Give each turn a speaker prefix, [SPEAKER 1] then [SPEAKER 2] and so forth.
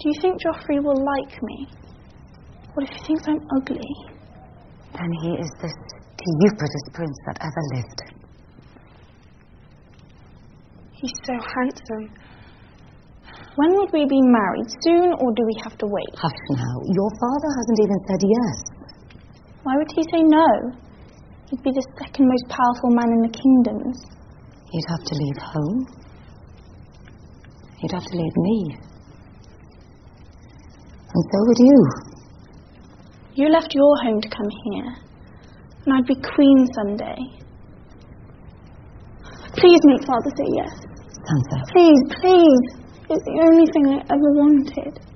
[SPEAKER 1] Do you think Joffrey will like me? What if he thinks I'm ugly?
[SPEAKER 2] Then he is the stupidest prince that ever lived.
[SPEAKER 1] He's so handsome. When would we be married? Soon, or do we have to wait?
[SPEAKER 2] Hush now. Your father hasn't even said yes.
[SPEAKER 1] Why would he say no? He'd be the second most powerful man in the kingdoms.
[SPEAKER 2] He'd have to leave home. He'd have to leave me. And so would you.
[SPEAKER 1] You left your home to come here, and I'd be queen someday. Please make father say yes.
[SPEAKER 2] Sansa.
[SPEAKER 1] Please, please. It's the only thing I ever wanted.